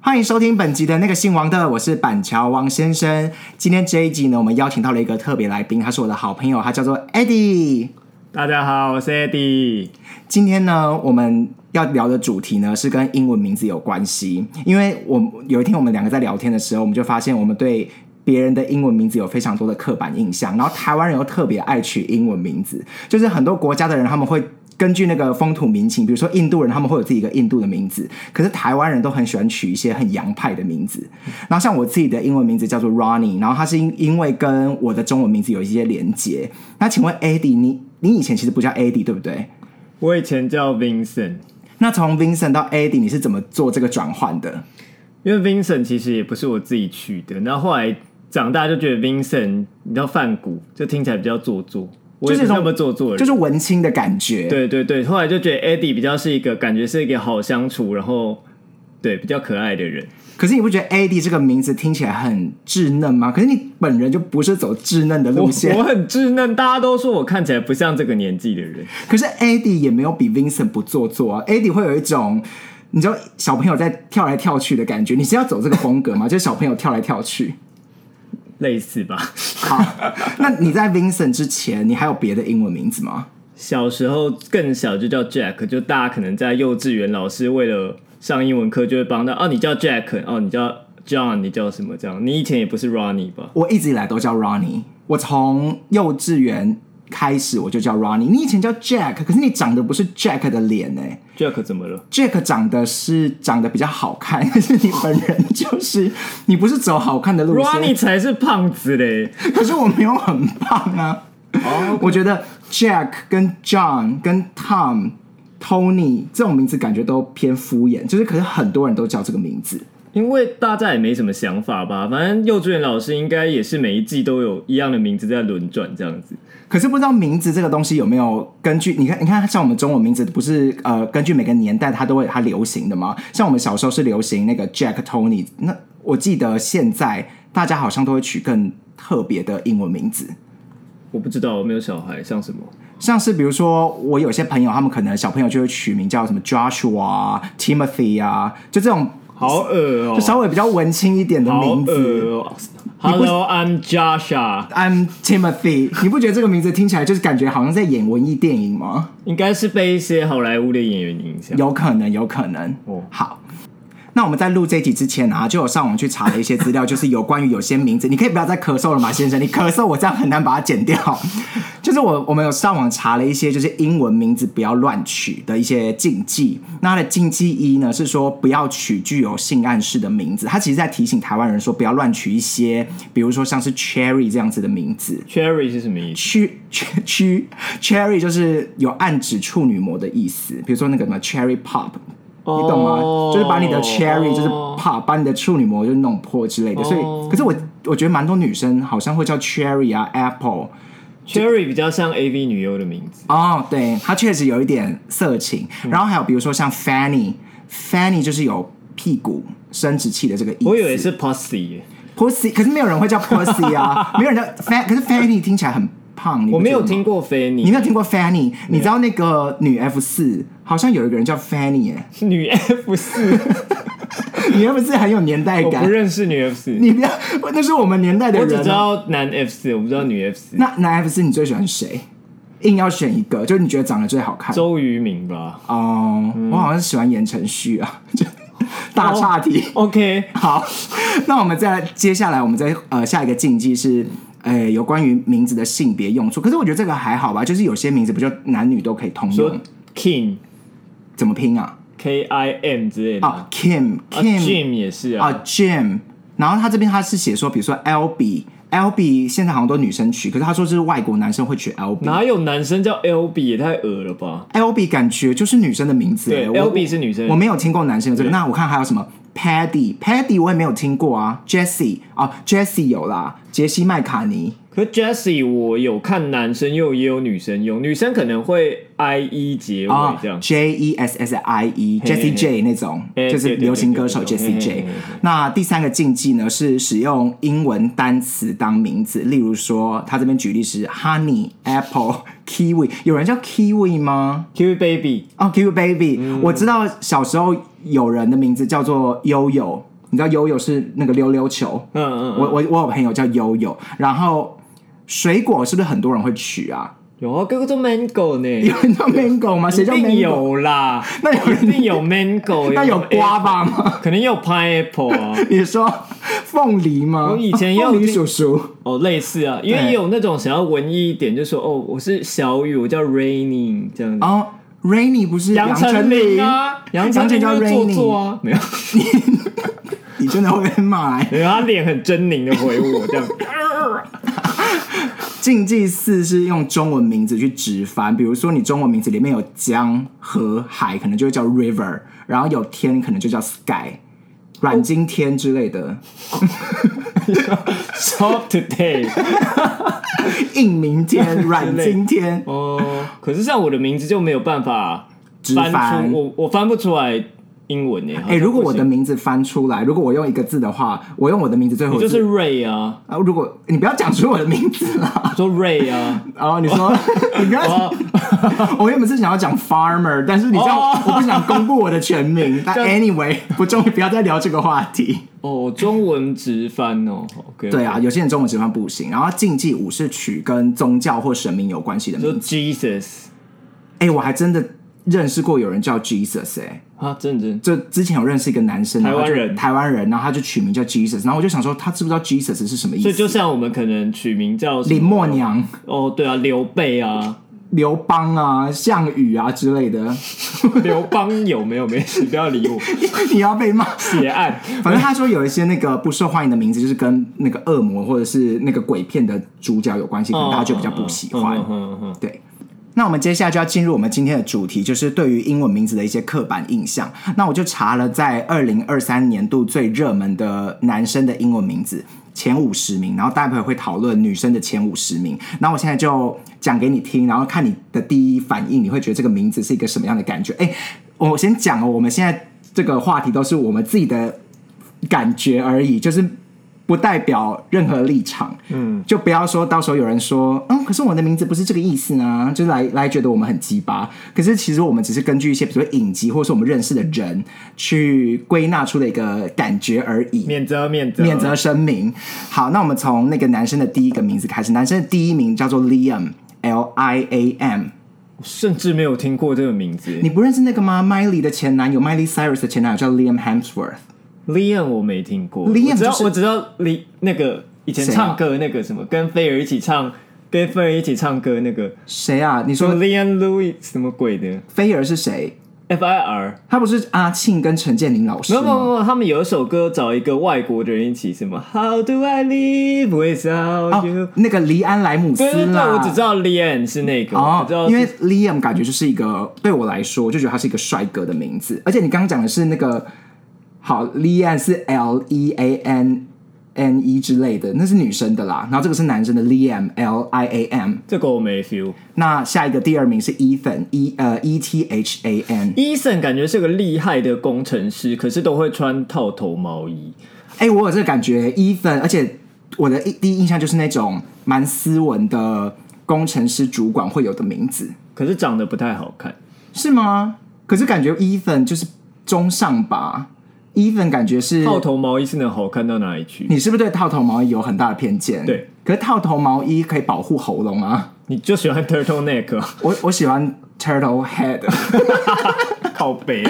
欢迎收听本集的那个姓王的，我是板桥王先生。今天这一集呢，我们邀请到了一个特别来宾，他是我的好朋友，他叫做 Eddie。大家好，我是 Eddie。今天呢，我们要聊的主题呢是跟英文名字有关系，因为我有一天我们两个在聊天的时候，我们就发现我们对别人的英文名字有非常多的刻板印象，然后台湾人又特别爱取英文名字，就是很多国家的人他们会。根据那个风土民情，比如说印度人，他们会有自己一个印度的名字，可是台湾人都很喜欢取一些很洋派的名字。然后像我自己的英文名字叫做 Ronnie，然后它是因因为跟我的中文名字有一些连接。那请问 Adi，你你以前其实不叫 Adi 对不对？我以前叫 Vincent，那从 Vincent 到 Eddie，你是怎么做这个转换的？因为 Vincent 其实也不是我自己取的，然后后来长大就觉得 Vincent，你知道范谷就听起来比较做作，我也就是一不是种那么做作的人。就是文青的感觉。，对对对，后来就觉得 Eddie 比较是一个感觉是一个好相处，然后对比较可爱的人。可是你不觉得 Eddie 这个名字听起来很稚嫩吗？可是你本人就不是走稚嫩的我路线我，很稚嫩，大家都说我看起来不像这个年纪的人。可是 Eddie 也没有比 Vincent 不做作啊。Eddie 会有一种。你知道小朋友在跳来跳去的感觉，你是要走这个风 格吗？就是小朋友跳来跳去。类似吧，好，那你在 Vincent 之前，你还有别的英文名字吗？小时候更小就叫 Jack，就大家可能在幼稚园，老师为了上英文课就会帮到哦，你叫 Jack，哦，你叫 John，你叫什么这样？你以前也不是 Ronnie 吧？我一直以来都叫 Ronnie，我从幼稚园开始我就叫 Ronnie。你以前叫 Jack，可是你长得不是 Jack 的脸哎、 Jack 怎么了？ Jack 长得是长得比较好看，可是你本人就是你不是走好看的路线。 Ronnie 才是胖子嘞！可是我没有很胖啊。哦，我觉得 Jack 跟 John 跟 Tom、Tony 这种名字感觉都偏敷衍，就是可是很多人都叫这个名字。因为大家也没什么想法吧，反正幼稚园老师应该也是每一季都有一样的名字在轮转这样子。可是不知道名字这个东西有没有根据？你看，你看，像我们中文名字不是呃，根据每个年代它都会它流行的吗？像我们小时候是流行那个 Jack Tony，那我记得现在大家好像都会取更特别的英文名字，我不知道，我没有小孩，像什么？像是比如说我有些朋友，他们可能小朋友就会取名叫什么 Joshua 啊、Timothy 啊，就这种好恶哦、就稍微比较文青一点的好名字。恶哦、Hello，I'm Joshua， I'm Timothy，你不觉得这个名字听起来就是感觉好像在演文艺电影吗？应该是被一些好莱坞的演员影响。有可能，有可能。哦好。那我们在录这一集之前啊，就有上网去查了一些资料，就是有关于有些名字，你可以不要再咳嗽了嘛，先生，你咳嗽我这样很难把它剪掉。就是我我们有上网查了一些，就是英文名字不要乱取的一些禁忌。那它的禁忌一呢是说不要取具有性暗示的名字，它其实在提醒台湾人说不要乱取一些，比如说像是 Cherry 这样子的名字。 Cherry 是什么意思？区区区 Cherry 就是有暗指处女膜的意思，比如说那个什么 Cherry Pop，、你哦懂吗？就是把你的 Cherry 就是 Pop，、把你的处女膜就弄破之类的。所以，哦可是我我觉得蛮多女生好像会叫 Cherry 啊 Apple。 Cherry 比较像 AV 女优的名字。哦，对，它确实有一点色情。嗯然后还有比如说像 Fanny，Fanny 就是有屁股生殖器的这个意思。我以为是 Pussy，耶 Pussy，可是没有人会叫 Pussy 啊，没有人叫 Fan，可是 Fanny 听起来很胖。你不我没觉有得吗听过菲你尼没有听过 Fanny？你知道那个女 F 四好像有一个人叫 Fanny 耶、女 F 四，女 F 四很有年代我不感。认识女 F 四，你不要，那是我们年代的我人、啊只知道男 F 四，我不知道女 F 四。那男 F 四你最喜欢谁？硬要选一个，就是你觉得长得最好看。周渝民吧哦、嗯我好像是喜欢言承旭啊， 就大岔题。 ，OK， 好，那我们再接下来，我们再呃下一个禁忌是。呃，有关于名字的性别用处，可是我觉得这个还好吧，就是有些名字不就男女都可以通说用， King 怎么拼啊？ K I M 之类的啊啊，Kim Kim ，Jim 也是啊啊，Jim。然后他这边他是写说，比如说 L B L B，现在好像都女生取，可是他说是外国男生会取 L B。哪有男生叫 L B 也太恶了吧？ L B 感觉就是女生的名字欸，对我，L B 是女生我，没有听过男生的这个。对那我看还有什么 Paddy Paddy 我也没有听过啊，Jessie 啊 Jessie 有啦，杰西麦卡尼可是 Jessie 我有看男生用也有女生用，女生可能会 I E 结尾啊这样。 J E S S I E 嘿 Jessie J 那种，嘿就是对对流行对对歌手对 Jessie 嘿嘿 J 嘿嘿。那第三个禁忌呢是使用英文单词当名字，例如说他这边举例是 honey、apple、kiwi，有人叫 kiwi 吗？ Q Baby 嗯哦、k i w i baby，、我知道小时候有人的名字叫做悠悠，你知道悠悠是那个溜溜球，嗯嗯，我我我有朋友叫悠悠，然后水果是不是很多人会取啊？有啊，哥哥叫 Mango 呢，有人叫 mango 吗？谁叫嗯一定 mango？有啦，那有人 一定有 Mango，那有瓜吧吗？可能也有 Pineapple 啊， 你说凤梨吗？我以前也有凤梨听叔叔，哦，类似啊，因为对也有那种想要文艺一点，就说哦，我是小雨，我叫 Raining 这样子。然后 Rainy 不是杨丞琳琳，啊，杨丞哦杨丞琳琳叫就做 Rainy 作啊，没有， 你真的会被骂、欸。没有，他脸很狰狞的回 我这样。禁忌四是用中文名字去直翻，比如说你中文名字里面有江、河、海，可能就会叫 river，然后有天可能就叫 sky，阮经天之类哦的 Stop today 应明 天、阮经天哦，可是像我的名字就没有办法直翻翻出。我我翻不出来英文呢。哎、如果我的名字翻出来，如果我用一个字的话，我用我的名字最后你一就个字是 Ray 啊，啊，如果你不要讲出我的名字啦。 我说 Ray 啊，哦，你 说，你刚才哦， 我原本是想要讲 farmer，但是你知道哦 我不想公布我的全 名。但这样 anyway，不重要，不要再聊这个话题。哦，中文直翻哦，OK，对，啊，有些人中文直翻不行。然后禁忌舞是取跟宗教或神明有关系的说名字。 Jesus 哎，我还真的认识过有人叫 Jesus 哎、啊，真的真的就之前有认识一个男生，然后他就台湾人台湾人，然后他就取名叫 Jesus，然后我就想说他知不知道 Jesus 是什么意所思？以就像我们可能取名叫什么林默娘、哦，对啊，刘备啊，刘邦啊、项羽啊之类的，啊刘邦有没有？没事，不要理我。 你要被骂。血案，反正他说有一些那个不受欢迎的名字，就是跟那个恶魔或者是那个鬼片的主角有关系，可 能大家就比较不喜欢。嗯嗯嗯嗯对，那我们接下来就要进入我们今天的主题，就是对于英文名字的一些刻板印象。那我就查了在二零二三年度最热门的男生的英文名字前五十名，然后待会会讨论女生的前五十名。那我现在就讲给你听，然后看你的第一反应，你会觉得这个名字是一个什么样的感觉？哎，我先讲哦，我们现在这个话题都是我们自己的感觉而已，就是不代表任何立场。嗯，就不要说到时候有人说，嗯，可是我的名字不是这个意思呢，就是来来觉得我们很鸡巴。可是其实我们只是根据一些比如说影集或是我们认识的人去归纳出的一个感觉而已。免责免责免责声明。好，那我们从那个男生的第一个名字开始，男生的第一名叫做 Liam，L I A M。甚至没有听过这个名字。你不认识那个吗？Miley 的前男友，Miley Cyrus 的前男友叫 Liam Hemsworth。 Leon 我没听过 Liam 我知道、就是我知道 l 那个以前谁啊唱歌那个什么，跟菲儿一起唱，跟菲儿一起唱歌那个，谁啊？你什么说 Leon Louis 什么鬼的菲儿是谁？ F I R。他不是阿庆跟陈建宁老师没有没有吗？没有，他们有一首歌找一个外国的人一起什么 How do I live without you？、哦，那个黎安莱姆斯对对对，啦。我只知道 Leon 是那个，我知道哦，是因为 Liam 感觉就是一个对我来说，我就觉得他是一个帅哥的名字。而且你刚刚讲的是那个好 Liam 是 L E A N N E 之类的，那是女生的啦。然后这个是男生的 Liam L E I A M。这个我没 feel。那下一个第二名是 Ethan E 呃 E T H A N。 Eason 感觉是个厉害的工程师，可是都会穿套头毛衣。哎、我有这个感觉，Ethan，而且我的一第一印象就是那种蛮斯文的工程师主管会有的名字。可是长得不太好看，是吗？可是感觉 Ethan 就是中上吧，Ethan 感觉是套头毛衣是能好看到哪里去？你是不是对套头毛衣有很大的偏见？对，可是套头毛衣可以保护喉咙啊。你就喜欢 turtle neck，啊我我喜欢 Turtle Head。 靠背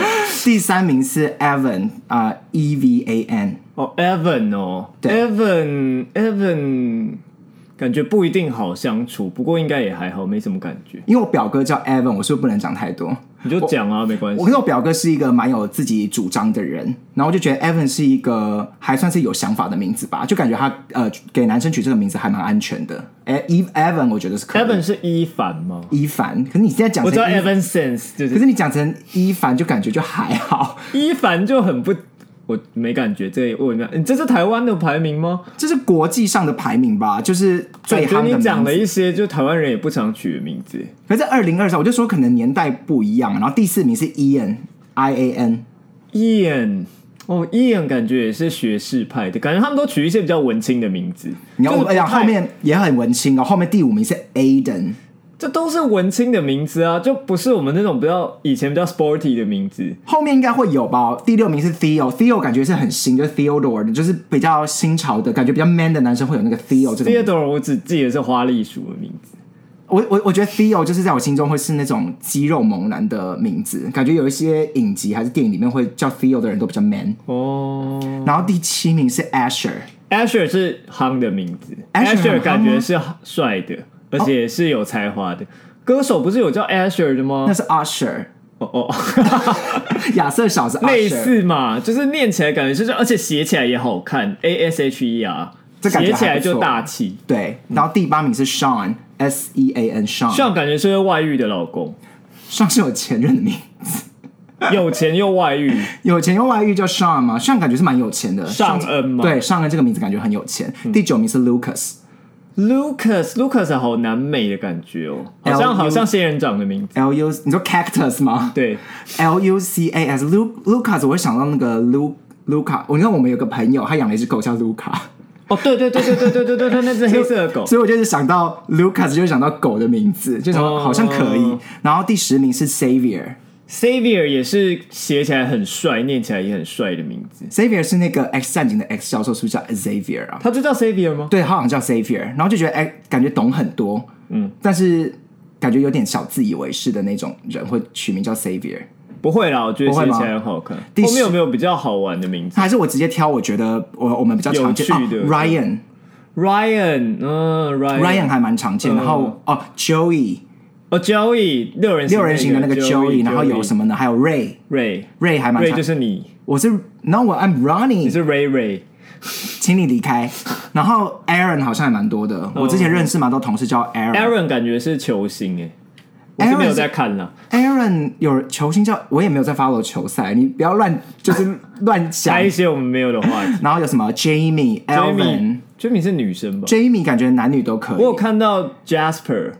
第三名是 Evan 啊、e V A N。哦，Evan 哦对，Evan Evan，感觉不一定好相处，不过应该也还好，没什么感觉。因为我表哥叫 Evan，我是不是不能讲太多？你就讲啊，没关我系。跟我表哥是一个蛮有自己主张的人，然后我就觉得 Evan 是一个还算是有想法的名字吧，就感觉他呃给男生取这个名字还蛮安全的。哎、e Evan 我觉得是可以的 Evan 是伊凡吗？伊凡，可是你现在讲我成知道伊 Evan Sense 就可是是你讲成伊凡就感觉就还好， 伊凡就很不，我没感觉。这我没有，你这是台湾的排名吗？这是国际上的排名吧，就是最感觉夯哎你的讲名了字。一些就台湾人也不常取的名字。可是二零二三，我就说可能年代不一样。然后第四名是 Ian I A N， Ian，哦，Ian 感觉也是学士派的，感觉他们都取一些比较文青的名字。你要哎就是我不太讲后面也很文青哦。后面第五名是 Aden，这都是文青的名字啊，就不是我们那种比较以前比较 sporty 的名字。后面应该会有吧。第六名是 Theo，Theo 感觉是很新，就是 Theodore，就是比较新潮的感觉，比较 man 的男生会有那个 Theo 这个名字。 Theodore 我只记得是花栗鼠的名字，我我我觉得 Theo 就是在我心中会是那种肌肉猛男的名字，感觉有一些影集还是电影里面会叫 Theo 的人都比较 man。哦、然后第七名是 Asher， Asher 是夯的名字 Asher 很夯吗哦感觉是帅的，而且是有才华的。歌手不是有叫 Asher 的吗那？是 Usher， 哦哦，亚瑟小子 Usher，类似嘛，就是念起来感觉就是，而且写起来也好看，A S H E R，这感觉写起还来不错就大气。对。然后第八名是 Sean，S E A N Sean，Sean 像感觉是会外遇的老公，是有前任的名字。有钱又外 遇，有钱又外遇叫 Sean 吗？Sean 感觉是蛮有钱的，尚恩吗嗯对，尚恩这个名字感觉很有钱。第九名是 Lucas Lucas Lucas 好南美的感觉哦，好 L U 像好像仙人掌的名字。 L U，你说 Cactus 吗？对， ，L U C A S Lu Lucas，我会想到那个 Lu Luca。我你看我们有个朋友，他养了一只狗叫 Luca，哦，对对对对对对对对对，那只黑色的狗。所以我 就是想到 Lucas 就会想到狗的名字，就想到哦好像可以。然后第十名是 Savior，Savior Savior 也是写起来很帅，念起来也很帅的名字。是那个 X 战警的 X 教授，是不是叫 Xavier 啊？他就叫 Savior 吗？对，他好像叫 Savior，然后就觉得哎，感觉懂很多，嗯，但是感觉有点小自以为是的那种人会取名叫 Savior。不会啦，我觉得不会写吗起来很好看。第后面十有没有比较好玩的名字还是我直接挑我觉得我我们比较常见有趣的哦、Ryan ？Ryan，嗯，Ryan，, Ryan 还蛮常见，然后哦 Joey 哦，Joey 六人六人行的那个 Joey，然后有什么么呢？还有 Ray Ray，Ray Ray 还蛮常就，是你，我是然后我 I'm 你 Ronnie，是 Ray Ray，请你离开。然后 Aaron 好像还蛮多的，我之前认识蛮多同事叫 Aaron。 Aaron 感觉是球星哎、我是 Aaron 没有是在看啦， Aaron 有球星叫，我也没有在 follow 球赛，你不要乱就是乱想加一些我们没有的话 题。然后有什么 Jamie、Elvin、 Jamie，Jamie 是女生吧？ Jamie，感觉男女都可我有以。看到 Jasper，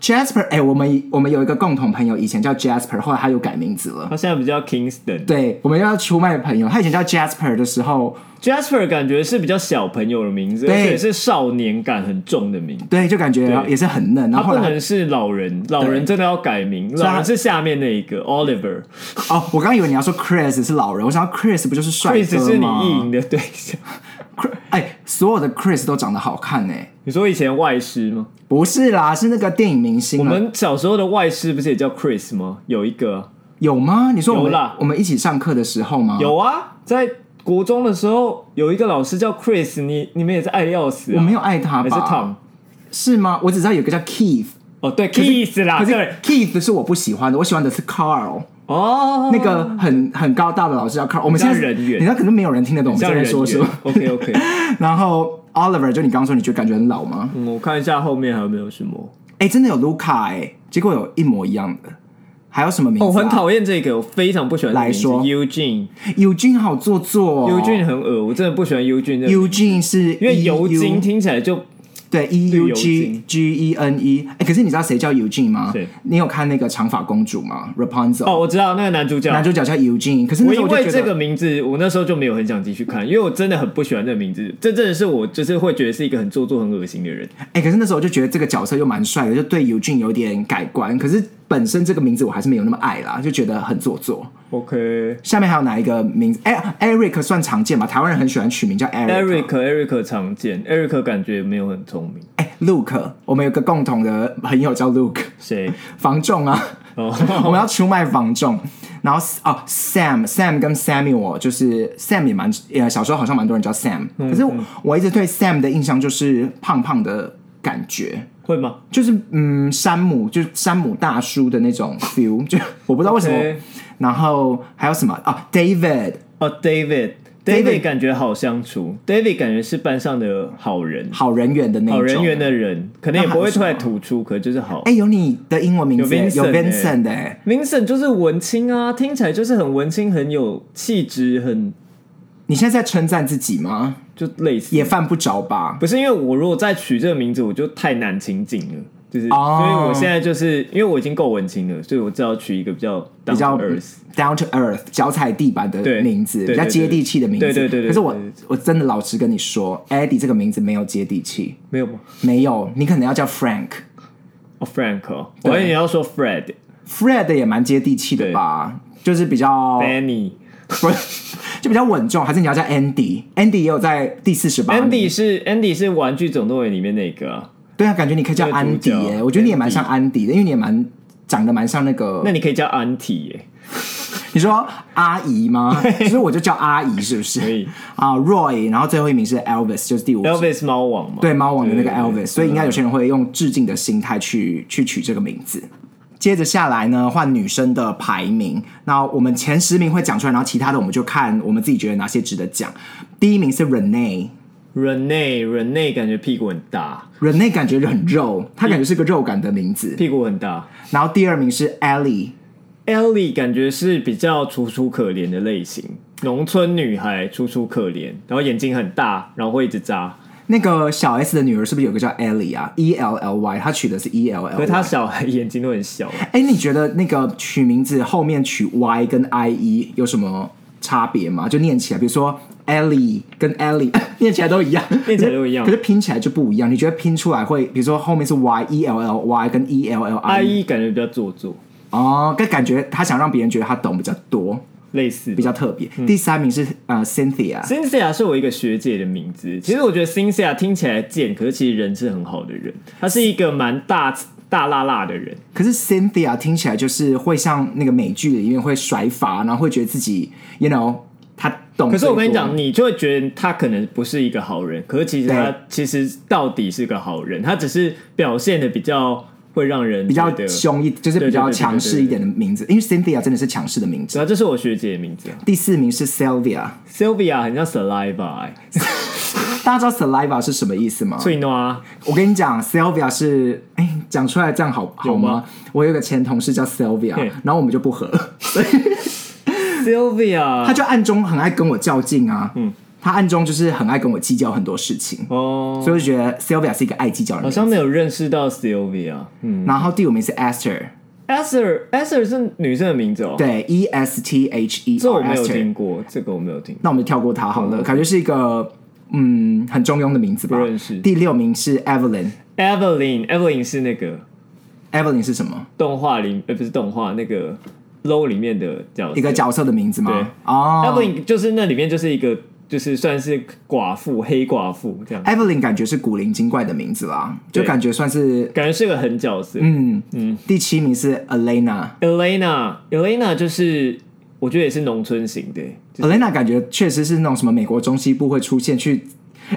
Jasper，哎、我们我们有一个共同朋友，以前叫 Jasper，后来他又改名字了。他现在比较 Kingston。对，我们要出卖朋友，他以前叫 Jasper 的时候， Jasper 感觉是比较小朋友的名字，而对且是少年感很重的名字。对，就感觉对也是很嫩。然他后不后来能是老人，老人真的要改名。以他老人是下面那一个 Oliver，哦，我刚刚以为你要说 Chris 是老人，我想到 Chris 不就是帅所以只哥是你吗意淫的对 象。 Chris- 哎、所有的 Chris 都长得好看哎、你说以前外师吗？不是啦，是那个电影明星啊我啦。们小时候的外师不是也叫 Chris 吗？有一个啊有吗？你说我有们啦我们一起上课的时候吗？有啊，在国中的时候有一个老师叫 Chris，你你们也是爱的要死我啊没，有爱他还吧？是 Tom？是吗？我只知道有个叫 Keith。哦，对，Kiss 啦，可是啊对， Keith 是我不喜欢的，我喜欢的是 Carl，哦，那个很很高大的老师叫 Carl。我们现在像人猿你知道可能没有人听得懂我们叫现在人说什么。 OK OK， 然后 Oliver，就你刚刚说，你觉得感觉很老吗？嗯，我看一下后面还有没有什么。哎，真的有 Luca 哎，结果有一模一样的。还有什么名字、啊？哦我很讨厌这个，我非常不喜欢这个来名字说 Eugene。尤俊好做作、哦。尤俊很恶，我真的不喜欢尤俊这个名字，尤俊是因因为尤，E 金听起来就对 E 对 U 尤 G 金 G E N E。哎，可是你知道谁叫尤俊吗谁？你有看那个长发公主吗？Rapunzel，、哦，我知道那个男主角。男主角叫尤俊。可是那我时候因我就觉为得这个名字，我那时候就没有很想继续看，因为我真的很不喜欢这个名字。这真的是我就是会觉得是一个很做作、很恶心的人。哎、可是那时候我就觉得这个角色又蛮帅的，就对尤俊有点改观。可是本身这个名字我还是没有那么爱啦，就觉得很做作。 OK，Eric 下面还有哪一个名字？哎、e r i c 算常见吧？台湾人很喜欢取名叫 Eric。 Eric 常见，Eric 感觉没有很聪明。哎、l u k e 我们有个共同的朋友叫 Luke，谁？房仲啊， 我哦，们要出卖房仲。然后哦，Sam，Sam 跟 Samuel 就是 Sam 也蛮呃，小时候好像蛮多人叫 Sam，、可是我我一直对 Sam 的印象就是胖胖的感觉。会吗？就是嗯，山姆就是山姆大叔的那 种 feel，就我不知道为什么。 OK 然后还有什么啊？David 哦，David。 David David 感觉好相处，David 感觉是班上的好人，好人缘的那种。好人缘。的人，可能也不会突然突出，可就是好哎、。有你的英文名字耶，有 Vincent 欸有 Vincent 欸的、 Vincent 就是文青啊，听起来就是很文青，很有气质，很你现在在称赞自己吗？就类似。也犯不着吧？不是因为我如果再取这个名字，我就太难亲近了，就是哦所以我现在就是因为我已经够文青了，所以我只要取一个比较比较 down to earth down to earth，脚踩地板的对名字，比对较对接地气的名字。对对对对可是我对对我真的老实跟你说，Eddie 这个名字没有接地气，没有吗？没有，你可能要叫 Frank。哦，Frank，哦我以为你要说 Fred、 Fred 也蛮接地气的吧，就是比较 Benny、不是 就比较稳重，还是你要叫 Andy？Andy 也有在第四十八 Andy 是 Andy 是《玩具总动员》里面那个啊，对啊，感觉你可以叫安迪那个主耶、角我觉得你也蛮像安迪的，因为你也蛮长得蛮像那个，那你可以叫 Auntie 耶，你说阿姨吗？其实我就叫阿姨，是不可是？以啊，Roy，然后最后一名是 Elvis，就是第五名。 Elvis 猫王嘛，对猫王的那个对对对 Elvis，所以应该有些人会用致敬的心态去去取这个名字。接着下来呢，换女生的排名。那我们前十名会讲出来，然后其他的我们就看我们自己觉得哪些值得讲。第一名是 Rene，Rene Rene Rene 感觉屁股很大，感觉很嗯肉，她感觉是个肉感的名字。屁股很大。然后第二名是 Ellie， Ellie 感觉是比较楚楚可怜的类型，农村女孩楚楚可怜，然后眼睛很大，然后会一直眨。那个小 S 的女儿是不是有个叫 Ellie 啊？E L L Y，她取的是 E L L。可是她小孩眼睛都很小，哎，你觉得那个取名字后面取 Y 跟 I E 有什么差别吗？就念起来，比如说 Ellie 跟 Ellie 念起来都一样，念起来都一样可是拼起来就不一样。你觉得拼出来会，比如说后面是 Y E L L Y 跟 E L L 阿 I 姨感觉比较做作，哦，跟感觉他想让别人觉得他懂比较多，类似比。较特别。嗯第三名是呃 Cynthia， Cynthia 是我一个学姐的名字，其实我觉得 Cynthia 听起来贱，可是其实人是很好的人，她是一个蛮大大辣辣的人。可是 Cynthia 听起来就是会像那个美剧里面会甩发，然后会觉得自己，you know，他懂最多。可是我跟你讲，你就会觉得她可能不是一个好人，可是其实她对其实到底是个好人，她只是表现的比较会让人比觉较得凶一，就是比较强势一点的名字，因为 Cynthia 真的是强势的名字。然后这是我学姐的名字啊第四名是 Sylvia， ，Sylvia 很像 saliva，、欸、大家知道 saliva 是什么意思吗？所以呢，我跟你讲，Sylvia 是，哎、讲出来这样好好吗？我有一个前同事叫 Sylvia，嘿然后我们就不合，他 Sylvia 就暗中很爱跟我较劲啊，嗯，他暗中就是很爱跟我计较很多事情，哦，所以我就觉得 Sylvia 是一个爱计较的好人。像没有认识到 Sylvia。嗯然后第五名是 Esther， ，Esther Esther 是女生的名字哦，，对，E S T H E，这我 R 没有 Esther，听过，这个我没有听过。那我们就跳过他好了，感觉是一个嗯很中庸的名字吧。不认识第六名是 Evelyn。 Evelyn Evelyn 是那个 Evelyn 是什么？动画里，呃，不是动画，那个 Low 里面的角色，一个角色的名字对吗？哦 Evelyn 就是那里面就是一个就是算是寡妇，黑寡妇这样， ，Evelyn 感觉是古灵精怪的名字啦，就对感觉算是感觉是个狠角色。嗯嗯。第七名是 Elena，Elena Elena Elena 就是我觉得也是农村型的，就是感觉确实是那种什么美国中西部会出现去。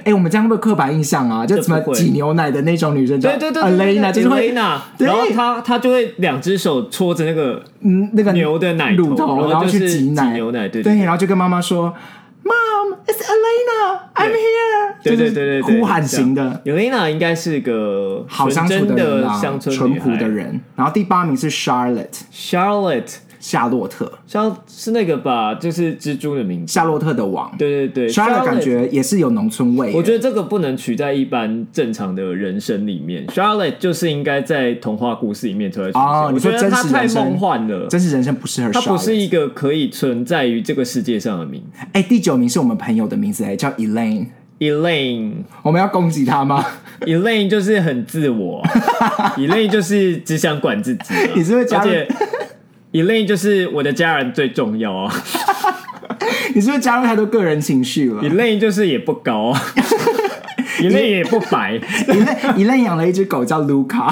哎，我们这样会不会刻板印象啊？就什么这不会挤牛奶的那种女生，对对对对对，Elena 就是会 Elena，对然后她她就会两只手戳着那个嗯那个牛的奶乳头，头，然然后后就去是挤奶，牛奶，对对，然后就跟妈妈说，Mom，it's Elena，I'm 对 here，对就是对对对对，呼喊型的，这样。Elena 应该是个好相处纯真人的啊，乡村淳女朴孩的。人。然后第八名是 Charlotte， Charlotte，夏洛特，像是那个吧，就是蜘蛛的名字。夏洛特的王。对对对 Charlotte 感，觉也是有农村味耶，我觉得这个不能取在一般正常的人生里面。Charlotte 就是应该在童话故事里面才会出现。哦我你觉说得她真实太人生梦幻了，真是人生不适合她 Charlotte。不是一个可以存在于这个世界上的名字。哎，第九名是我们朋友的名字哎，叫 Elaine。 Elaine。我们要攻击他 吗？ Elaine 就是很 自我，Elaine 就是只想管自己啊、你是不是加而入且 Elaine 就是我的家人最重要 啊你是不是加入太多个人情绪 了，Elaine 就是也 不高啊，Elaine 也不白？Elaine Elaine 养了一只狗叫 Luca，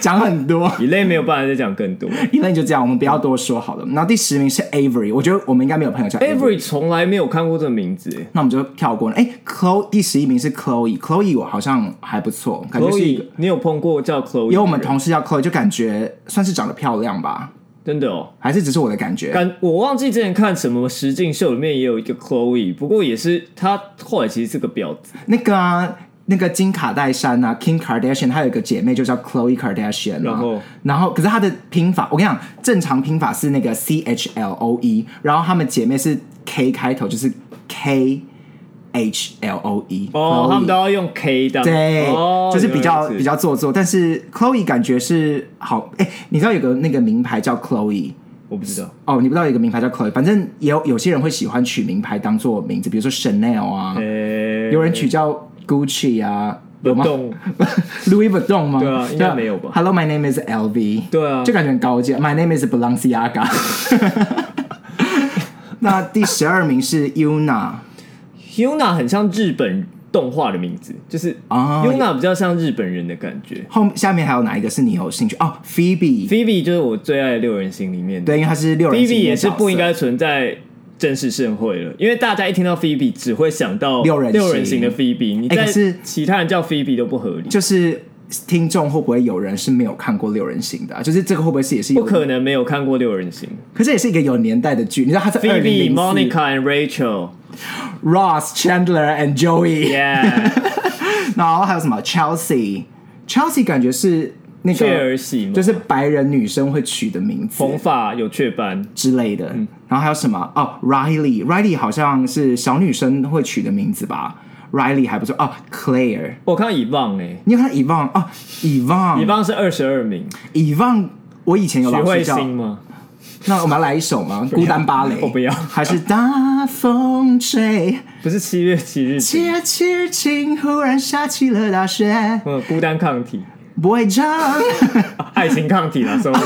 讲很多。 ，Elaine 没有办法再讲更多。 Elaine 就这样，我们不要多说好了。然后第十名是 Avery，我觉得我们应该没有朋友叫 Avery， Avery 从来没有看过这个名字欸那我们就跳过了。哎，Chloe 第十一名是 Chloe，Chloe 我好像还不错，感觉是一个，Chloe，你有碰过叫 Chloe？有我们的人同事叫 Chloe，就感觉算是长得漂亮吧，真的哦，还是只是我的感觉？感我忘记之前看什么实境秀里面也有一个 Chloe，不过也是她后来其实是个婊子，那个啊，那个金卡戴珊啊，Kim Kardashian，她有一个姐妹就叫 Chloe Kardashian 啊。然后，然后可是她的拼法，我跟你讲，正常拼法是那个 C H L O E，然后她们姐妹是 K 开头，就是 K H L O E。哦，他们都要用 K 当对，哦就是比原来较如此比较做作，但是 Chloe 感觉是好，哎、你知道有个那个名牌叫 Chloe。我不知道。哦，你不知道有一个名牌叫 Chloe，反正也有有些人会喜欢取名牌当做名字，比如说 Chanel 啊，诶有人取叫 Gucci 啊，不有吗动， Louis Vuitton 吗？对啊应该没有吧？Hello, my name is LV。对啊就感觉很高阶。My name is Balenciaga。那第十二名是 Yuna， Yuna 很像日本动画的名字，就是啊 Yuna 比较像日本人的感觉。后下面还有哪一个是你有兴趣？哦，Phoebe， Phoebe 就是我最爱的六人行里面的对，因为他是六人行里，Phoebe 面也的角是色不应该存在正式盛会了，因为大家一听到 Phoebe 只会想到六人行六人行的 Phoebe，你哎在可是其他人叫 Phoebe 都不合理，就是听众会不会有人是没有看过六人行的啊、就是这个会不会是也是有不可能没有看过六人行。可是也是一个有年代的剧，你知道它是二零 Phoebe、零 Monica and Rachel， Ross、Chandler and Joey，、 yeah，然后还有什么 Chelsea，Chelsea 感觉是那雀儿个喜嘛就是白人女生会取的名字红发有雀斑，之类的。嗯然后还有什么哦，Riley，Riley 好像是小女生会取的名字吧？Riley 还不错哦，Claire，我看到 Evon 哎你有看 Evon 哦，Evon ，Evon 是二十二名， Evon，我以前有徐老慧师叫欣吗？那我们要来一首吗？孤单芭蕾，我不要还是大风吹，不是七月七日晴，节气晴，忽然下起了大雪，嗯，孤单抗体。不会唱，爱情抗体啦，sorry。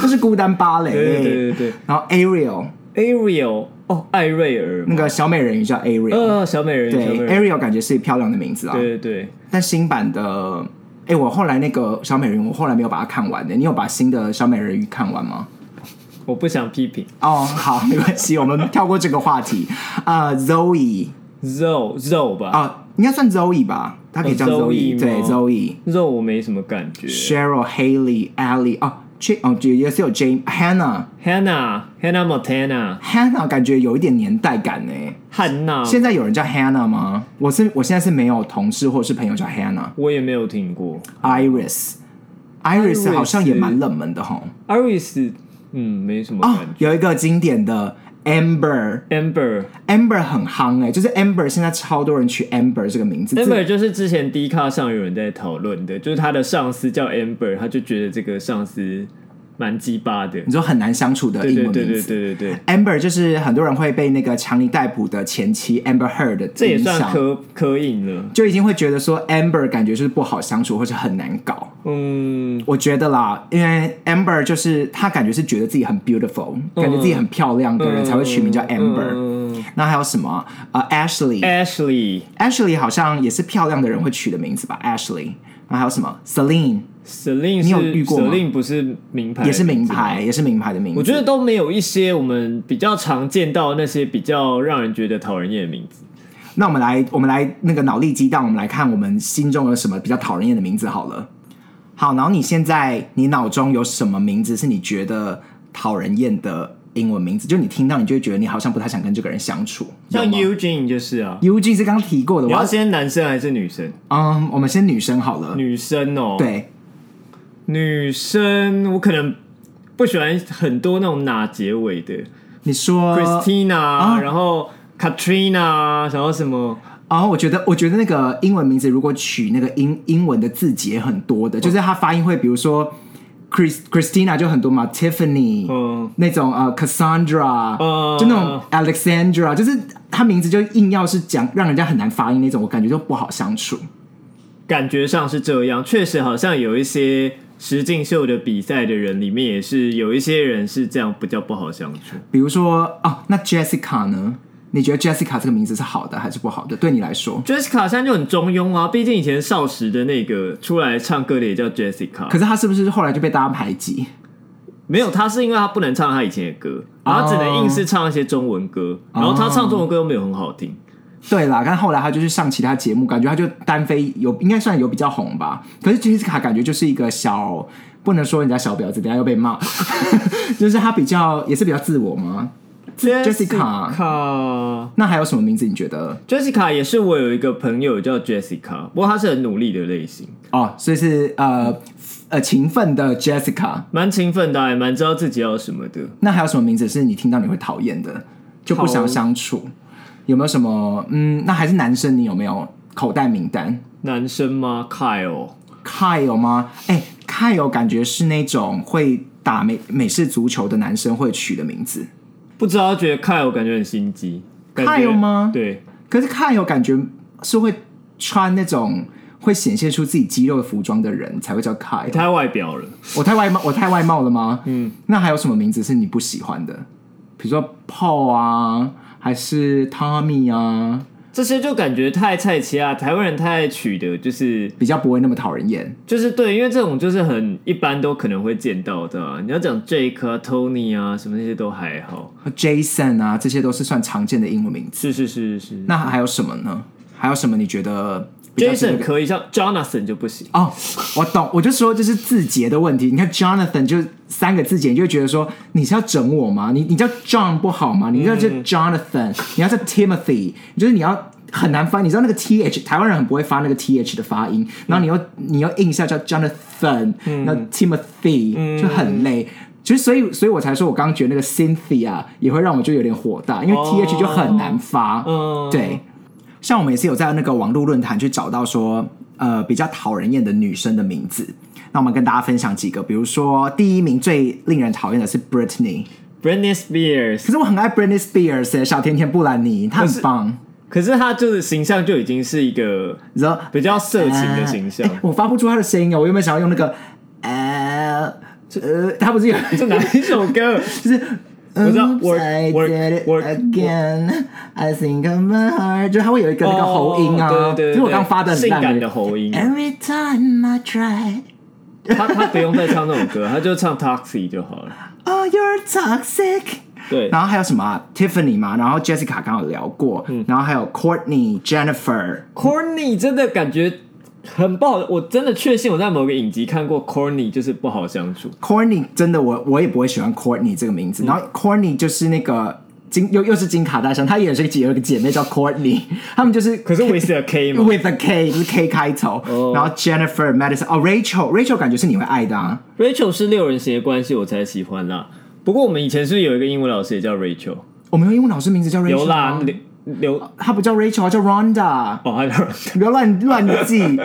那是孤单芭蕾。对对对对然后 Ariel 对，Ariel 哦，艾瑞尔嘛，那个小美人鱼叫 Ariel，、呃，小美人鱼，小美对人鱼， ，Ariel 感觉是漂亮的名字啊。对对对，但新版的，哎、我后来那个小美人鱼，我后来没有把它看完的、你有把新的小美人鱼看完吗？我不想批评。哦，好，没关系，我们跳过这个话题。啊、z o e Zo Zo 吧啊、应该算 Zoe 吧，她可以叫哦 Zoe，、 Zoe 对吗 Zoe。 ，Zo 我没什么感觉。 Cheryl、Haley、Ally 哦 j 哦，就也是有 Jane、Hannah、 Hannah Hannah Montana Hannah，感觉有一点年代感呢。汉娜，现在有人叫 Hannah 吗？我是我现在是没有同事或是朋友叫 Hannah。我也没有听过。 Iris。Iris 好像也蛮冷门的吼 Iris 嗯，没什么哦感，觉。有一个经典的 Amber，Amber Amber 很夯哎、就是 Amber 现在超多人取 Amber 这个名字。这 Amber 就是之前 D 卡上有人在讨论的，就是他的上司叫 Amber，他就觉得这个上司蛮鸡巴的你。说很难相处的对英对文名字对对对对对， Amber 就是很多人会被那个强尼戴普的前妻 Amber Heard 的这也影算响科科印了。就已经会觉得说 Amber 感觉就是不好相处或者很难搞。嗯，我觉得啦，因为 Amber 就是她感觉是觉得自己很 beautiful，、感嗯觉自己很漂亮的人才会取名叫 Amber。那还有什么啊呃哎 Ashley，Ashley Ashley、好像也是漂亮的人会取的名字吧？Ashley。那还有什么 Celine Celine 你有是遇过吗 Celine 不是名牌，也是名。牌，也是名牌的名字。我觉得都没有一些我们比较常见到那些比较让人觉得讨人厌的名字。那我们来，我们来那个脑力激荡，我们来看我们心中有什么比较讨人厌的名字好了。好，然后你现在你脑中有什么名字是你觉得讨人厌的英文名字？就你听到你就会觉得你好像不太想跟这个人相处。像有吗啊 Eugene 就是啊， U G 是刚刚提过的，你我要要先男生还是女生？嗯，我们先女生好了。女生哦，，对，女生我可能不喜欢很多那种哪结尾的你说啊，Christina，然后 Katrina，然后什么哦，我觉得，我觉得那个英文名字如果取那个英英文的字节很多的，就是它发音会，比如说 Chris Christina 就很多嘛，Tiffany，嗯那种呃 Cassandra，嗯就那种 Alexandra，就是他名字就硬要是讲让人家很难发音那种，我感觉就不好相处。感觉上是这样，确实好像有一些实境秀的比赛的人里面也是有一些人是这样比较不好相处。比如说哦，那 Jessica 呢？你觉得 Jessica 这个名字是好的还是不好的？对你来说？ Jessica 现在就很中庸啊，毕竟以前少时的那个出来唱歌的也叫 Jessica，可是他是不是后来就被大家排挤？没有他是因为他不能唱他以前的歌，然后他只能硬是唱一些中文歌，然后他唱中文歌又没有很好听。对啦，但后来他就是上其他节目，感觉他就单飞有应该算有比较红吧。可是 Jessica 感觉就是一个小，不能说人家小婊子，等一下又被骂。 就是他比较也是比较自我吗自 Jessica Jessica 那还有什么名字？你觉得 Jessica 也是我有一个朋友叫 Jessica，不过她是很努力的类型，哦，所以是呃呃勤奋的 Jessica。蛮勤奋的啊，也蛮知道自己要什么的。那还有什么名字是你听到你会讨厌的，就不想相处？有没有什么？嗯，那还是男生，你有没有口袋名单男生吗？Kyle。 ？Kyle 吗？哎、k y l e 感觉是那种会打美美式足球的男生会取的名字。不知道，觉得 Kyle 感觉很心机。感觉 Kyle 吗对，可是 Kyle 感觉是会穿那种会显现出自己肌肉服装的人才会叫 Kyle。太外表了。我太外貌，我太外貌了吗？嗯，那还有什么名字是你不喜欢的？比如说 Paul 啊，还是 Tommy 啊，这些就感觉太菜奇啊，台湾人太爱取的，就是比较不会那么讨人厌。就是对，因为这种就是很一般都可能会见到的啊、你要讲 Jake 啊、Tony 啊什么那些都还好。 Jason 啊，这些都是算常见的英文名字。是是是是那还有什么呢？还有什么你觉得比较值得，Jason 可以，像 Jonathan 就不行。哦，我懂，我就说这是字节的问题。你看 Jonathan 就三个字节，你就会觉得说你是要整我吗？你你叫 John 不好吗？你要叫 Jonathan，、你要叫 Timothy，就是你要很难发，你知道那个 th，台湾人很不会发那个 th 的发音，然后你又、你又硬一下叫 Jonathan，那、Timothy、就很累。就是所以，所以我才说，我刚刚觉得那个 Cynthia 也会让我就有点火大，因为 th 就很难发。嗯对，像我们也是有在那个网络论坛去找到说，呃，比较讨人厌的女生的名字。那我们跟大家分享几个，比如说第一名最令人讨厌的是 Britney， Britney Spears，可是我很爱 Britney Spears，欸、小甜甜布兰妮，她很棒。可是他就是形象就已经是一个 然后哎比较色情的形象。我发不出她的声音啊，我原本想要用那个，呃，呃，她不是有， 这哪一首歌？就是。我知道 Oops, work- I work- did it work- again. I think of my heart，就是它会有一个那个喉音啊，哦对对对，就是我刚发的很性烂欸感的喉音。 Every time I try, 他他不用再唱那种歌，他就唱 Taxi 就好了。 oh, you're toxic。对，然后还有什么、啊、Tiffany 嘛，然后 Jessica 刚好有聊过，嗯然后还有 Courtney、Jennifer， Corny 真的感觉很不好，我真的确信我在某个影集看过 Corny，就是不好相处。 Courtney 真的我我也不会喜欢 Courtney 这个名字，嗯然后 Courtney 就是那个金又又是金卡戴珊，她也是有一个姐妹叫 Courtney，她 们就是可是 With a K 嘛， with a K 就是 K 开头，哦然后 Jennifer、Madison 哦 Rachel Rachel 感觉是你会爱的啊， Rachel 是六人行的关系，我才喜欢啦。不过我们以前是不是有一个英文老师也叫 Rachel，我们有英文老师名字叫 Rachel，有啦吗，刘刘哦，她不叫 Rachel，她叫 Rhonda， 还有你不要乱乱记，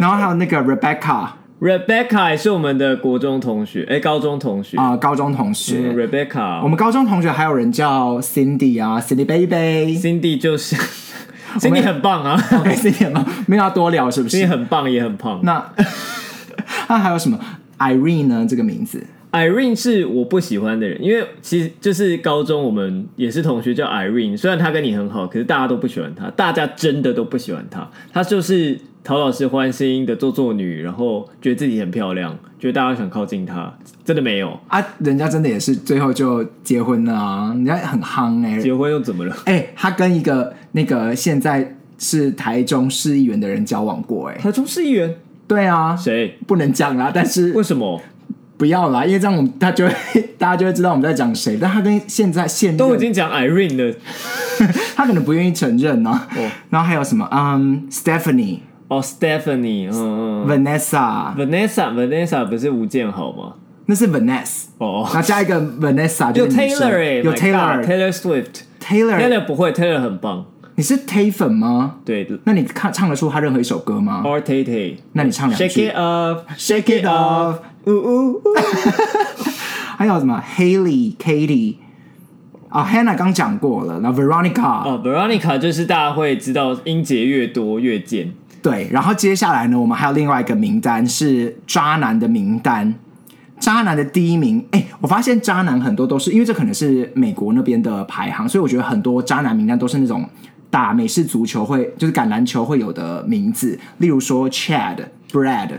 然后还有那个 Rebecca。 Rebecca 也是我们的国中同学，哎，高中同学、啊、高中同学。嗯我，Rebecca，们高中同学还有人叫 Cindy 啊，Cindy baby， Cindy 就是 Cindy 很棒啊 OK Cindy 吗？没有要多聊是不，Cindy 是？很棒也很胖。那 那还有什么 Irene 呢？这个名字 Irene 是我不喜欢的人，因为其实就是高中我们也是同学叫 Irene，虽然她跟你很好，可是大家都不喜欢她，大家真的都不喜欢她。她就是讨老师欢心的做作女，然后觉得自己很漂亮，觉得大家想靠近她，真的没有。啊，人家真的也是最后就结婚了啊，人家很夯哎、欸，结婚又怎么了？哎、他跟一个那个现在是台中市议员的人交往过哎、台中市议员对啊， 谁？不能讲啦，但是为什么不要啦，因为这样我们他就会 大家就会知道我们在讲谁，但他跟现在现任都已经讲 Irene 了？他可能不愿意承认呢、哦然后还有什么？嗯、s t e p h a n i e 哦，Stephanie，嗯嗯 Vanessa， ，Vanessa，Vanessa 不是吴建豪吗？那是 Vanessa， 哦然，后加一个 Vanessa 就有是女生 Taylor 哎，有 my Taylor，Taylor， God，Taylor Swift，Taylor 不会，Taylor 很棒。你是 Tay 粉吗？对那你看唱得出他任何一首歌吗？ ，Or Tay Tay。那你唱两哦 Shake 句 it up, Shake it off，呜呜呜。 还有什么 Haley、Katie，啊、h a n n a h 刚讲过了，然后 Veronica，、哦，Veronica 就是大家会知道音节越多越贱。对，然后接下来呢，我们还有另外一个名单是渣男的名单。渣男的第一名，哎、我发现渣男很多都是因为这可能是美国那边的排行，所以我觉得很多渣男名单都是那种打美式足球会就是橄榄球会有的名字，例如说 Chad、Brad、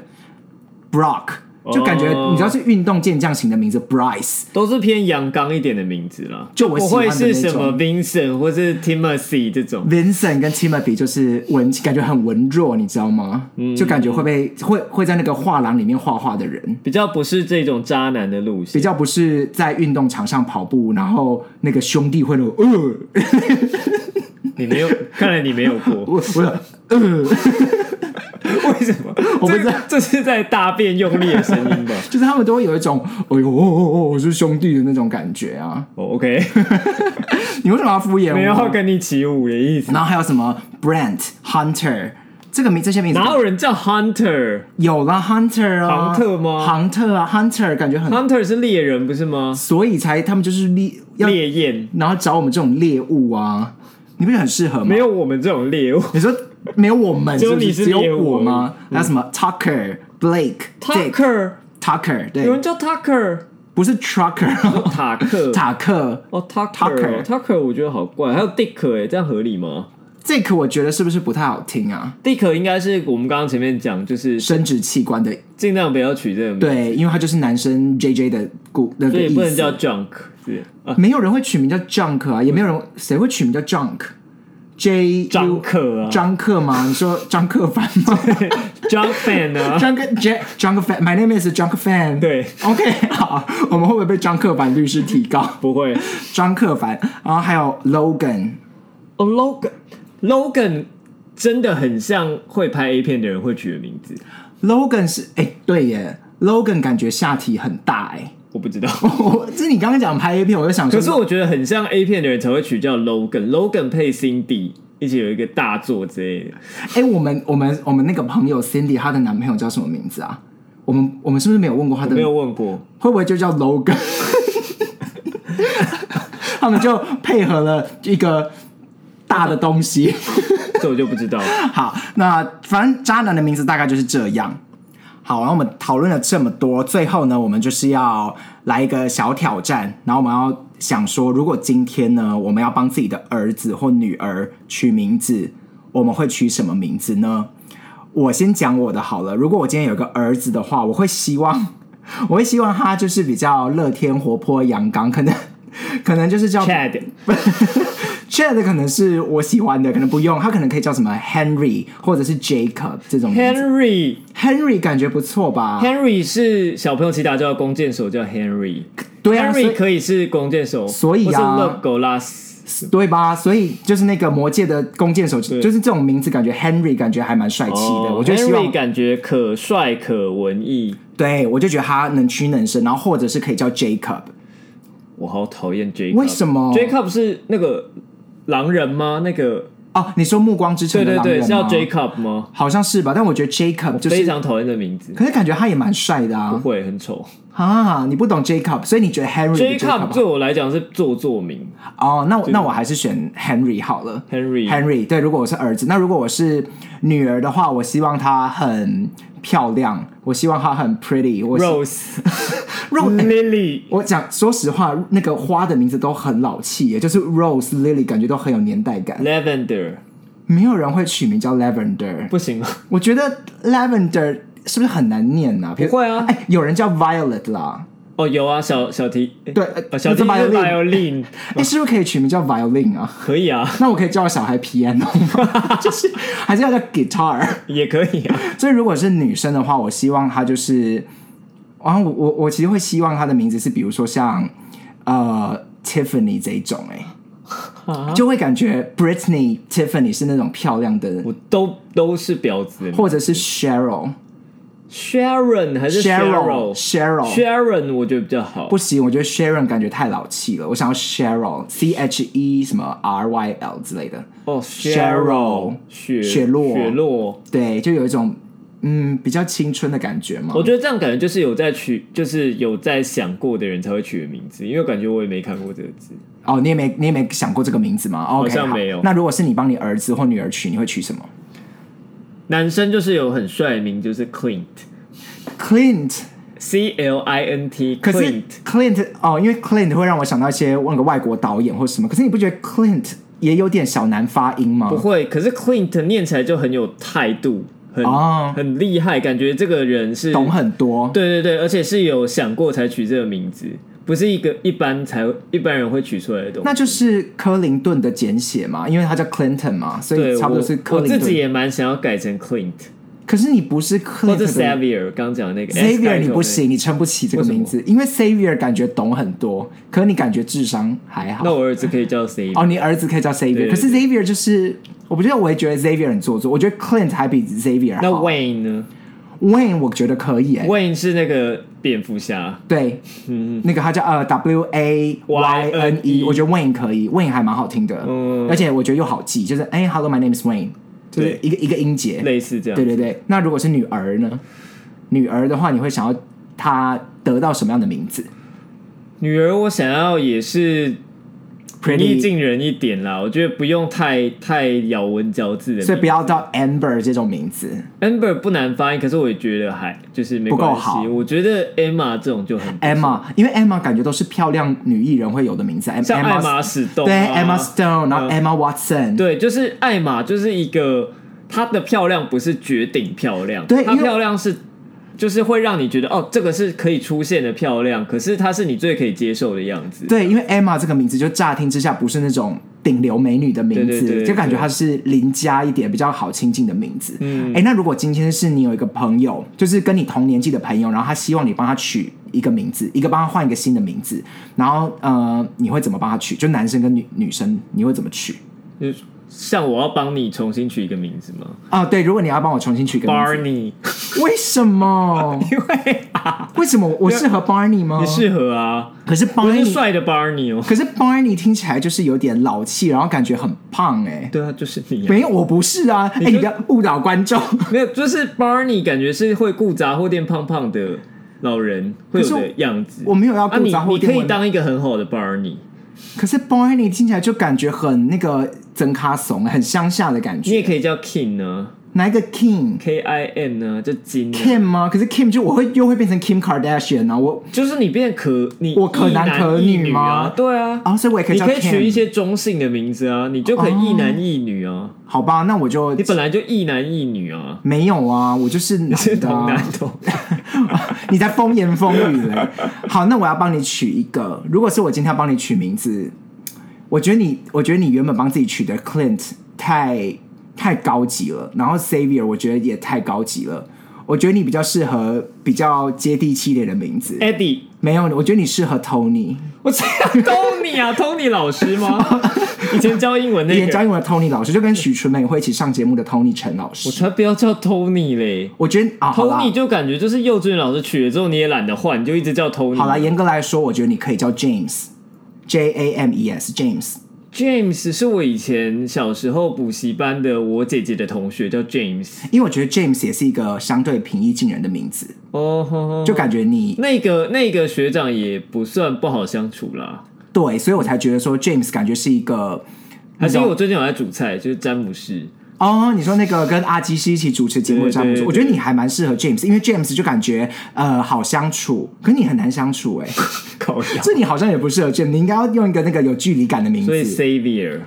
Brock，就感觉哦你知道是运动健将型的名字 Bryce，都是偏阳刚一点的名字啦，就我不喜欢会的是什那么种 Vincent 或是 Timothy 这种。 Vincent 跟 Timothy 就是文，感觉很文弱，你知道吗？就感觉会被会会在那个画廊里面画画的人。比较不是这种渣男的路比线，较不是在运动场上跑步，然后那个兄弟会那种呃，你没有， 看来你没有过，我我呃，为什么？ 我不这知道这是在大便用力的声音吧？就是他们都会有一种哎呦哦哦哦，我是兄弟的那种感觉啊！哦，OK， 你为什么要敷衍没有要我？跟你起舞的意思。然后还有什么 Brent Hunter 这个名这些名字哪有人叫 Hunter？Hunter 有啦 Hunter 啊，杭特吗杭特啊，Hunter 感觉很，是猎人不是吗？所以才他们就是猎要，猎焰然后找我们这种猎物啊。你不觉得很适合吗？没有我们这种猎物。你说没有我们，只有是不你是是只猎有物我吗？那什么 Tucker、Blake、Dick、 Tucker， Tucker，有对人，叫 Tucker，不是 Trucker， 塔克，塔克。哦 Tucker，Tucker， Tucker 我觉得好怪，还有 Dick，哎，这样合理吗 Dick 我觉得是不是不太好听啊？ ？Dick 应该是我们刚刚前面讲，就是生殖器官的，尽量不要取这个名字，对，因为它就是男生 JJ 的故那所个以意不能思。叫 Junk，是啊没有人会取名叫 Junk 啊，也没有人谁会取名叫 Junk，J 张克啊张克吗？你说张克凡吗？ ，Junk Fan 啊，张克 J 张克凡，My name is 张克凡。对，OK，好，我们会不会被张克凡律师提告？ 不会。张克凡，然后还有 Logan，哦，Logan，Logan 真的很像会拍 A 片的人会取的名字， Logan 是哎、对耶，Logan 感觉下体很大哎、我不知道。 我这你刚刚讲拍 A 片，我就想说， 可是我觉得很像 A 片的人才会取叫 Logan，Logan 配 Cindy 一起有一个大作之类的。哎、我们我们我们那个朋友 Cindy，她的男朋友叫什么名字啊？我们我们是不是没有问过她的？没有问过，会不会就叫 Logan？他们就配合了一个大的东西。这我就不知 道。 好，那反正渣男的名字大概就是这样。好，然后我们讨论了这么多，最后呢，我们就是要来一个小挑战，然后我们要想说，如果今天呢，我们要帮自己的儿子或女儿取名字，我们会取什么名字呢？我先讲我的好了。如果我今天有个儿子的话，我会希望， 我会希望他就是比较乐天、活泼、阳刚，可能 可能就是叫 Chad， Chad 可能是我喜欢的，可能不用，他可能可以叫什么 Henry 或者是 Jacob 这种名字。 Henry，Henry Henry 感觉不错吧？是小朋友骑打叫弓箭手叫 Henry，Henry 对啊，所以可以是弓箭手，所以或是啊 l g o l a s 对吧？所以就是那个魔界的弓箭手，就是这种名字，感觉 Henry 感觉还蛮帅气的。我就希哦 Henry 望，感觉可帅可文艺。对我就觉得他能屈能伸，然后或者是可以叫 Jacob。我好讨厌 Jacob，为什么？Jacob 是那个狼人吗？那个哦，你说《暮光之城》对的狼对对，人是叫吗 Jacob 吗？好像是吧？但我觉得 Jacob 就非是，常讨厌的名字，可是感觉他也蛮帅的不啊会很丑。啊！你不懂 Jacob，所以你觉得 Henry 比 Jacob Jacob 好对我来讲是做作名哦，那我那我还是选 Henry 好了。 ，Henry Henry，对，如果我是儿子，那如果我是女儿的话，我希望她很漂亮，我希望她很 pretty，我希 Rose Rose- Lily 我讲说实话，那个花的名字都很老气耶，就是 Rose、Lily，感觉都很有年代感。 Lavender，没有人会取名叫 Lavender，不行吗？我觉得 Lavender 是不是很难念呐、啊？比如不会啊哎，有人叫 Violet 啦，哦，有啊，小小提，诶对，哦呃小提这是 Violin， violin，哎，是不是可以取名叫 Violin 啊？可以啊，那我可以叫我小孩 piano 吗？ 就是还是要叫 guitar。也可以啊。所以如果是女生的话，我希望她就是，然后我我我其实会希望她的名字是，比如说像呃 Tiffany 这一种、哎，就会感觉 Britney Tiffany 是那种漂亮的，我都都是婊子的名字或者是 Cheryl ，Sharon 还是 Cheryl Cheryl？Sharon Cheryl。我觉得比较好不。行，我觉得 Sharon 感觉太老气了。我想要 Cheryl C H E 什么 R Y L 之类的，哦 Cheryl，雪雪落雪落，对，就有一种嗯比较青春的感觉嘛。我觉得这样感觉就是有在取，就是有在想过的人才会取的名字，因为感觉我也没看过这个字。哦，你也没你也没想过这个名字吗？o k 像没有那如果是你帮你儿子或女儿取，你会取什么男生就是有很帅的名，就是 Clint，C ？Clint。 L I N T 可是 Clint。 Clint 哦，因为 Clint 会让我想到一些那个外国导演或什么。可是你不觉得 Clint 也有点小难发音吗不？会，可是 Clint 念起来就很有态度，很、哦很厉害，感觉这个人是懂很多。对对对，而且是有想过才取这个名字，不是一个一般才一般人会取出来的东西。那就是克林顿的简写嘛，因为他叫 Clinton 嘛，所对以差不多是我克我林自己顿。也蛮想要改成 Clint 可是你不是或 Clint 者的 Xavier，刚讲的那个 S 开 Savior，头你那不个。行，你撑不起这个为什么名字，因为 Savior 感觉懂很多，可你感觉智商还好。那我儿子可以叫 Xavier，、哦，你儿子可以叫 Xavier，对可是 Xavier 就是，我不觉得，我也觉得 Xavier 很做作，我觉得 Clint 还比 Xavier 好。那 Wayne 呢 Wayne 我觉得可以、欸， ？Wayne 是那个蝙蝠侠，对，嗯那个他叫呃 W A Y N Y-N-E E，我觉得 Wayne 可以，Wayne 还蛮好听的，嗯而且我觉得又好记，就是哎、h e l l o my name is Wayne，就是对一个一个音节，类似这样。对对对。那如果是女儿呢？女儿的话，你会想要她得到什么样的名字？女儿，我想要也是平 pretty 易近人一点啦，我觉得不用太太咬文嚼字的。所以不要叫 Amber 这种名字 Amber 不难发音，可是我也觉得还就是没不够关系好。我觉得 Emma 这种就很不错，Emma，因为 Emma 感觉都是漂亮女艺人会有的名字，Em- 像爱马 Emma 仕动、啊，对 Emma Stone，然后嗯 Emma Watson，对，就是艾玛就是一个她的漂亮不是绝顶漂亮，对她因为漂亮是就是会让你觉得哦，这个是可以出现的漂亮，可是她是你最可以接受的样子。对，因为 Emma 这个名字就乍听之下不是那种顶流美女的名字，对对对对就感觉她是邻家一点比较好亲近的名字。嗯，哎，那如果今天是你有一个朋友，就是跟你同年纪的朋友，然后他希望你帮他取一个名字，一个帮他换一个新的名字，然后呃，你会怎么帮他取？就男生跟女女生，你会怎么取？对，像我要帮你重新取一个名字吗啊，对，如果你要帮我重新取一个名？Barney，字，为什么？ 因为、啊、为什么我适合 Barney 吗你？适合啊，可是不是 Barney，帅的 Barney 哦。可是 Barney 听起来就是有点老气，然后感觉很胖哎、对啊，就是你、啊，没有，我不是啊！哎、就你不要误导观 众。没有，就是 Barney 感觉是会顾杂货店胖胖的老人会有可是的样子。我没有要啊，顾你杂货你店可文、以当一个很好的 Barney。可是 Barney 听起来就感觉很那个曾卡怂，很乡下的感你也觉。可以叫 King 呢哪一个 King ，K I N 呢，就金呢， Kim 吗？可是 Kim 就我会又会变成 Kim Kardashian 啊！我就是你变可你我可男可一女男一女啊吗，对啊，啊，所以我也可以你叫可以取一 Kim。些中性的名字啊，你就可以一男一女啊，好吧，那我就你本来就一男一女啊，没有啊，我就是男的、啊、是同男同， 你在风言风语嘞。好，那我要帮你取一个。如果是我今天要帮你取名字，我觉得你，我觉得你原本帮自己取的 Clint 太太高级了，然后 Savior 我觉得也太高级了。我觉得你比较适合比较接地气一点的名字。 Eddie，没有，我觉得你适合 Tony。我这样 Tony 啊，Tony 老师吗？以前教英文那也教个，英文的 Tony 老师，就跟许纯美会一起上节目的 Tony 陈老师我。才不要叫 Tony 嘞。我觉得啊，好啦 Tony 就感觉就是幼稚园老师取了之后你也懒得换，你就一直叫 Tony。好啦，严格来说，我觉得你可以叫 James，J A M E S James。 James 是我以前小时候补习班的我姐姐的同学，叫 James。因为我觉得 James 也是一个相对平易近人的名字，哦吼吼，就感觉你那个那个学长也不算不好相处啦。对，所以我才觉得说 James 感觉是一个还是那因为种我最近有在煮菜，就是詹姆士。哦，你说那个跟阿基西一起主持节目的詹姆对对斯，对我觉得你还蛮适合 James，因为 James 就感觉呃好相处，可你很难相处 哎、欸，靠呀！所以你好像也不适合 James，你应该要用一个那个有距离感的名所以字。 Savior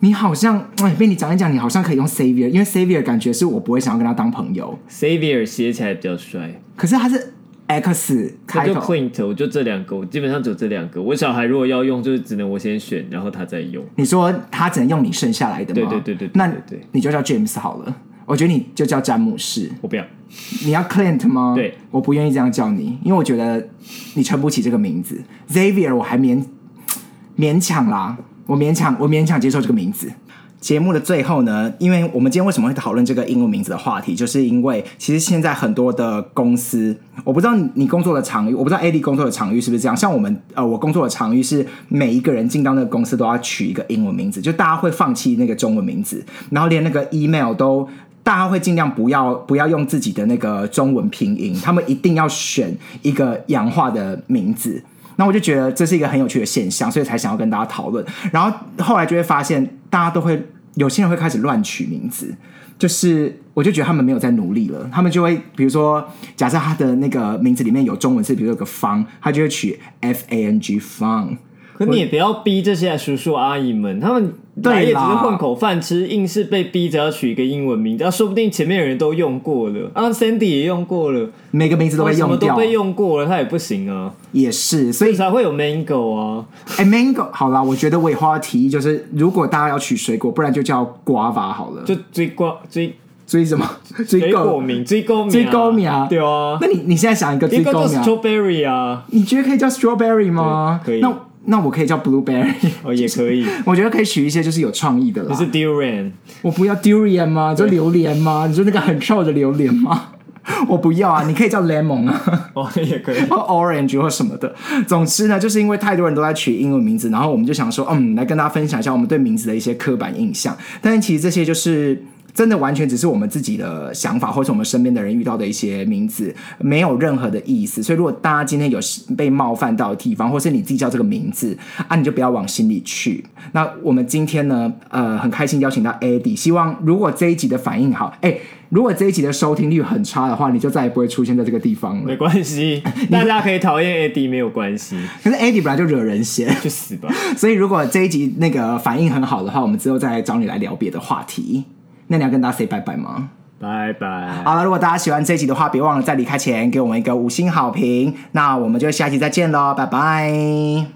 你好像哎，被你讲一讲，你好像可以用 Savior，因为 Savior 感觉是我不会想要跟他当朋友， Savior 写起来比较帅，可是他是 X 我开就头。 Clint，我就这两个，我基本上只有这两个。我小孩如果要用，就是只能我先选，然后他再用。你说他只能用你剩下来的吗？对对对对对那对对你就叫 James 好了。我觉得你就叫詹姆士。我不要，你要 Clint 吗？对，我不愿意这样叫你，因为我觉得你撑不起这个名字。Xavier 我还勉勉强啦，我勉强我勉强接受这个名字。节目的最后呢，因为我们今天为什么会讨论这个英文名字的话题，就是因为其实现在很多的公司，我不知道你你工作的场域，我不知道 AD 工作的场域是不是这样。像我们呃，我工作的场域是每一个人进到那个公司都要取一个英文名字，就大家会放弃那个中文名字，然后连那个 email 都。大家会尽量不要不要用自己的那个中文拼音，他们一定要选一个洋化的名字。那我就觉得这是一个很有趣的现象，所以才想要跟大家讨论。然后后来就会发现，大家都会有些人会开始乱取名字，就是我就觉得他们没有在努力了，他们就会比如说，假设他的那个名字里面有中文字，比如说有个方，他就会取 F A N G 方。可你也不要逼这些叔叔阿姨们，他们对啦来也只是混口饭吃，硬是被逼着要取一个英文名字，啊，说不定前面的人都用过了，啊，Sandy 也用过了，啊每个名字都被什么用都掉，被用过了，他也不行啊，也是，所以才会有 Mango 啊，哎、m a n g o 好啦，我觉得我以后要提议，就是如果大家要取水果，不然就叫瓜娃好了，就追瓜追追什么？追水果购？名，追勾名，追勾名啊对啊，那你你现在想一个一追个购叫名啊？ Strawberry 啊，你觉得可以叫 strawberry 吗？对可以那那我可以叫 blueberry。 哦也可以，我觉得可以取一些就是有创意的你啦。是 Duran，我不要 durian 吗？你说榴莲吗？你说那个很臭的榴莲吗？ 我不要啊！你可以叫 lemon 啊，哦 也可以，或 orange 或什么的。总之呢，就是因为太多人都在取英文名字，然后我们就想说，嗯，来跟大家分享一下我们对名字的一些刻板印象。但是其实这些就是真的完全只是我们自己的想法，或是我们身边的人遇到的一些名字，没有任何的意思。所以，如果大家今天有被冒犯到的地方，或是你自己叫这个名字啊，你就不要往心里去。那我们今天呢，呃，很开心邀请到 Eddie，希望如果这一集的反应好，哎、如果这一集的收听率很差的话，你就再也不会出现在这个地方了没。关 系，大家可以讨厌 AD 没有关系，可是 Eddie 本来就惹人嫌， 去死吧。所以如果这一集那个反应很好的话，我们之后再找你来聊别的话题。那你要跟大家 say 拜拜吗？拜拜，好了，如果大家喜欢这一集的话，别忘了在离开前给我们一个五星好评。那我们就下期再见喽，拜拜。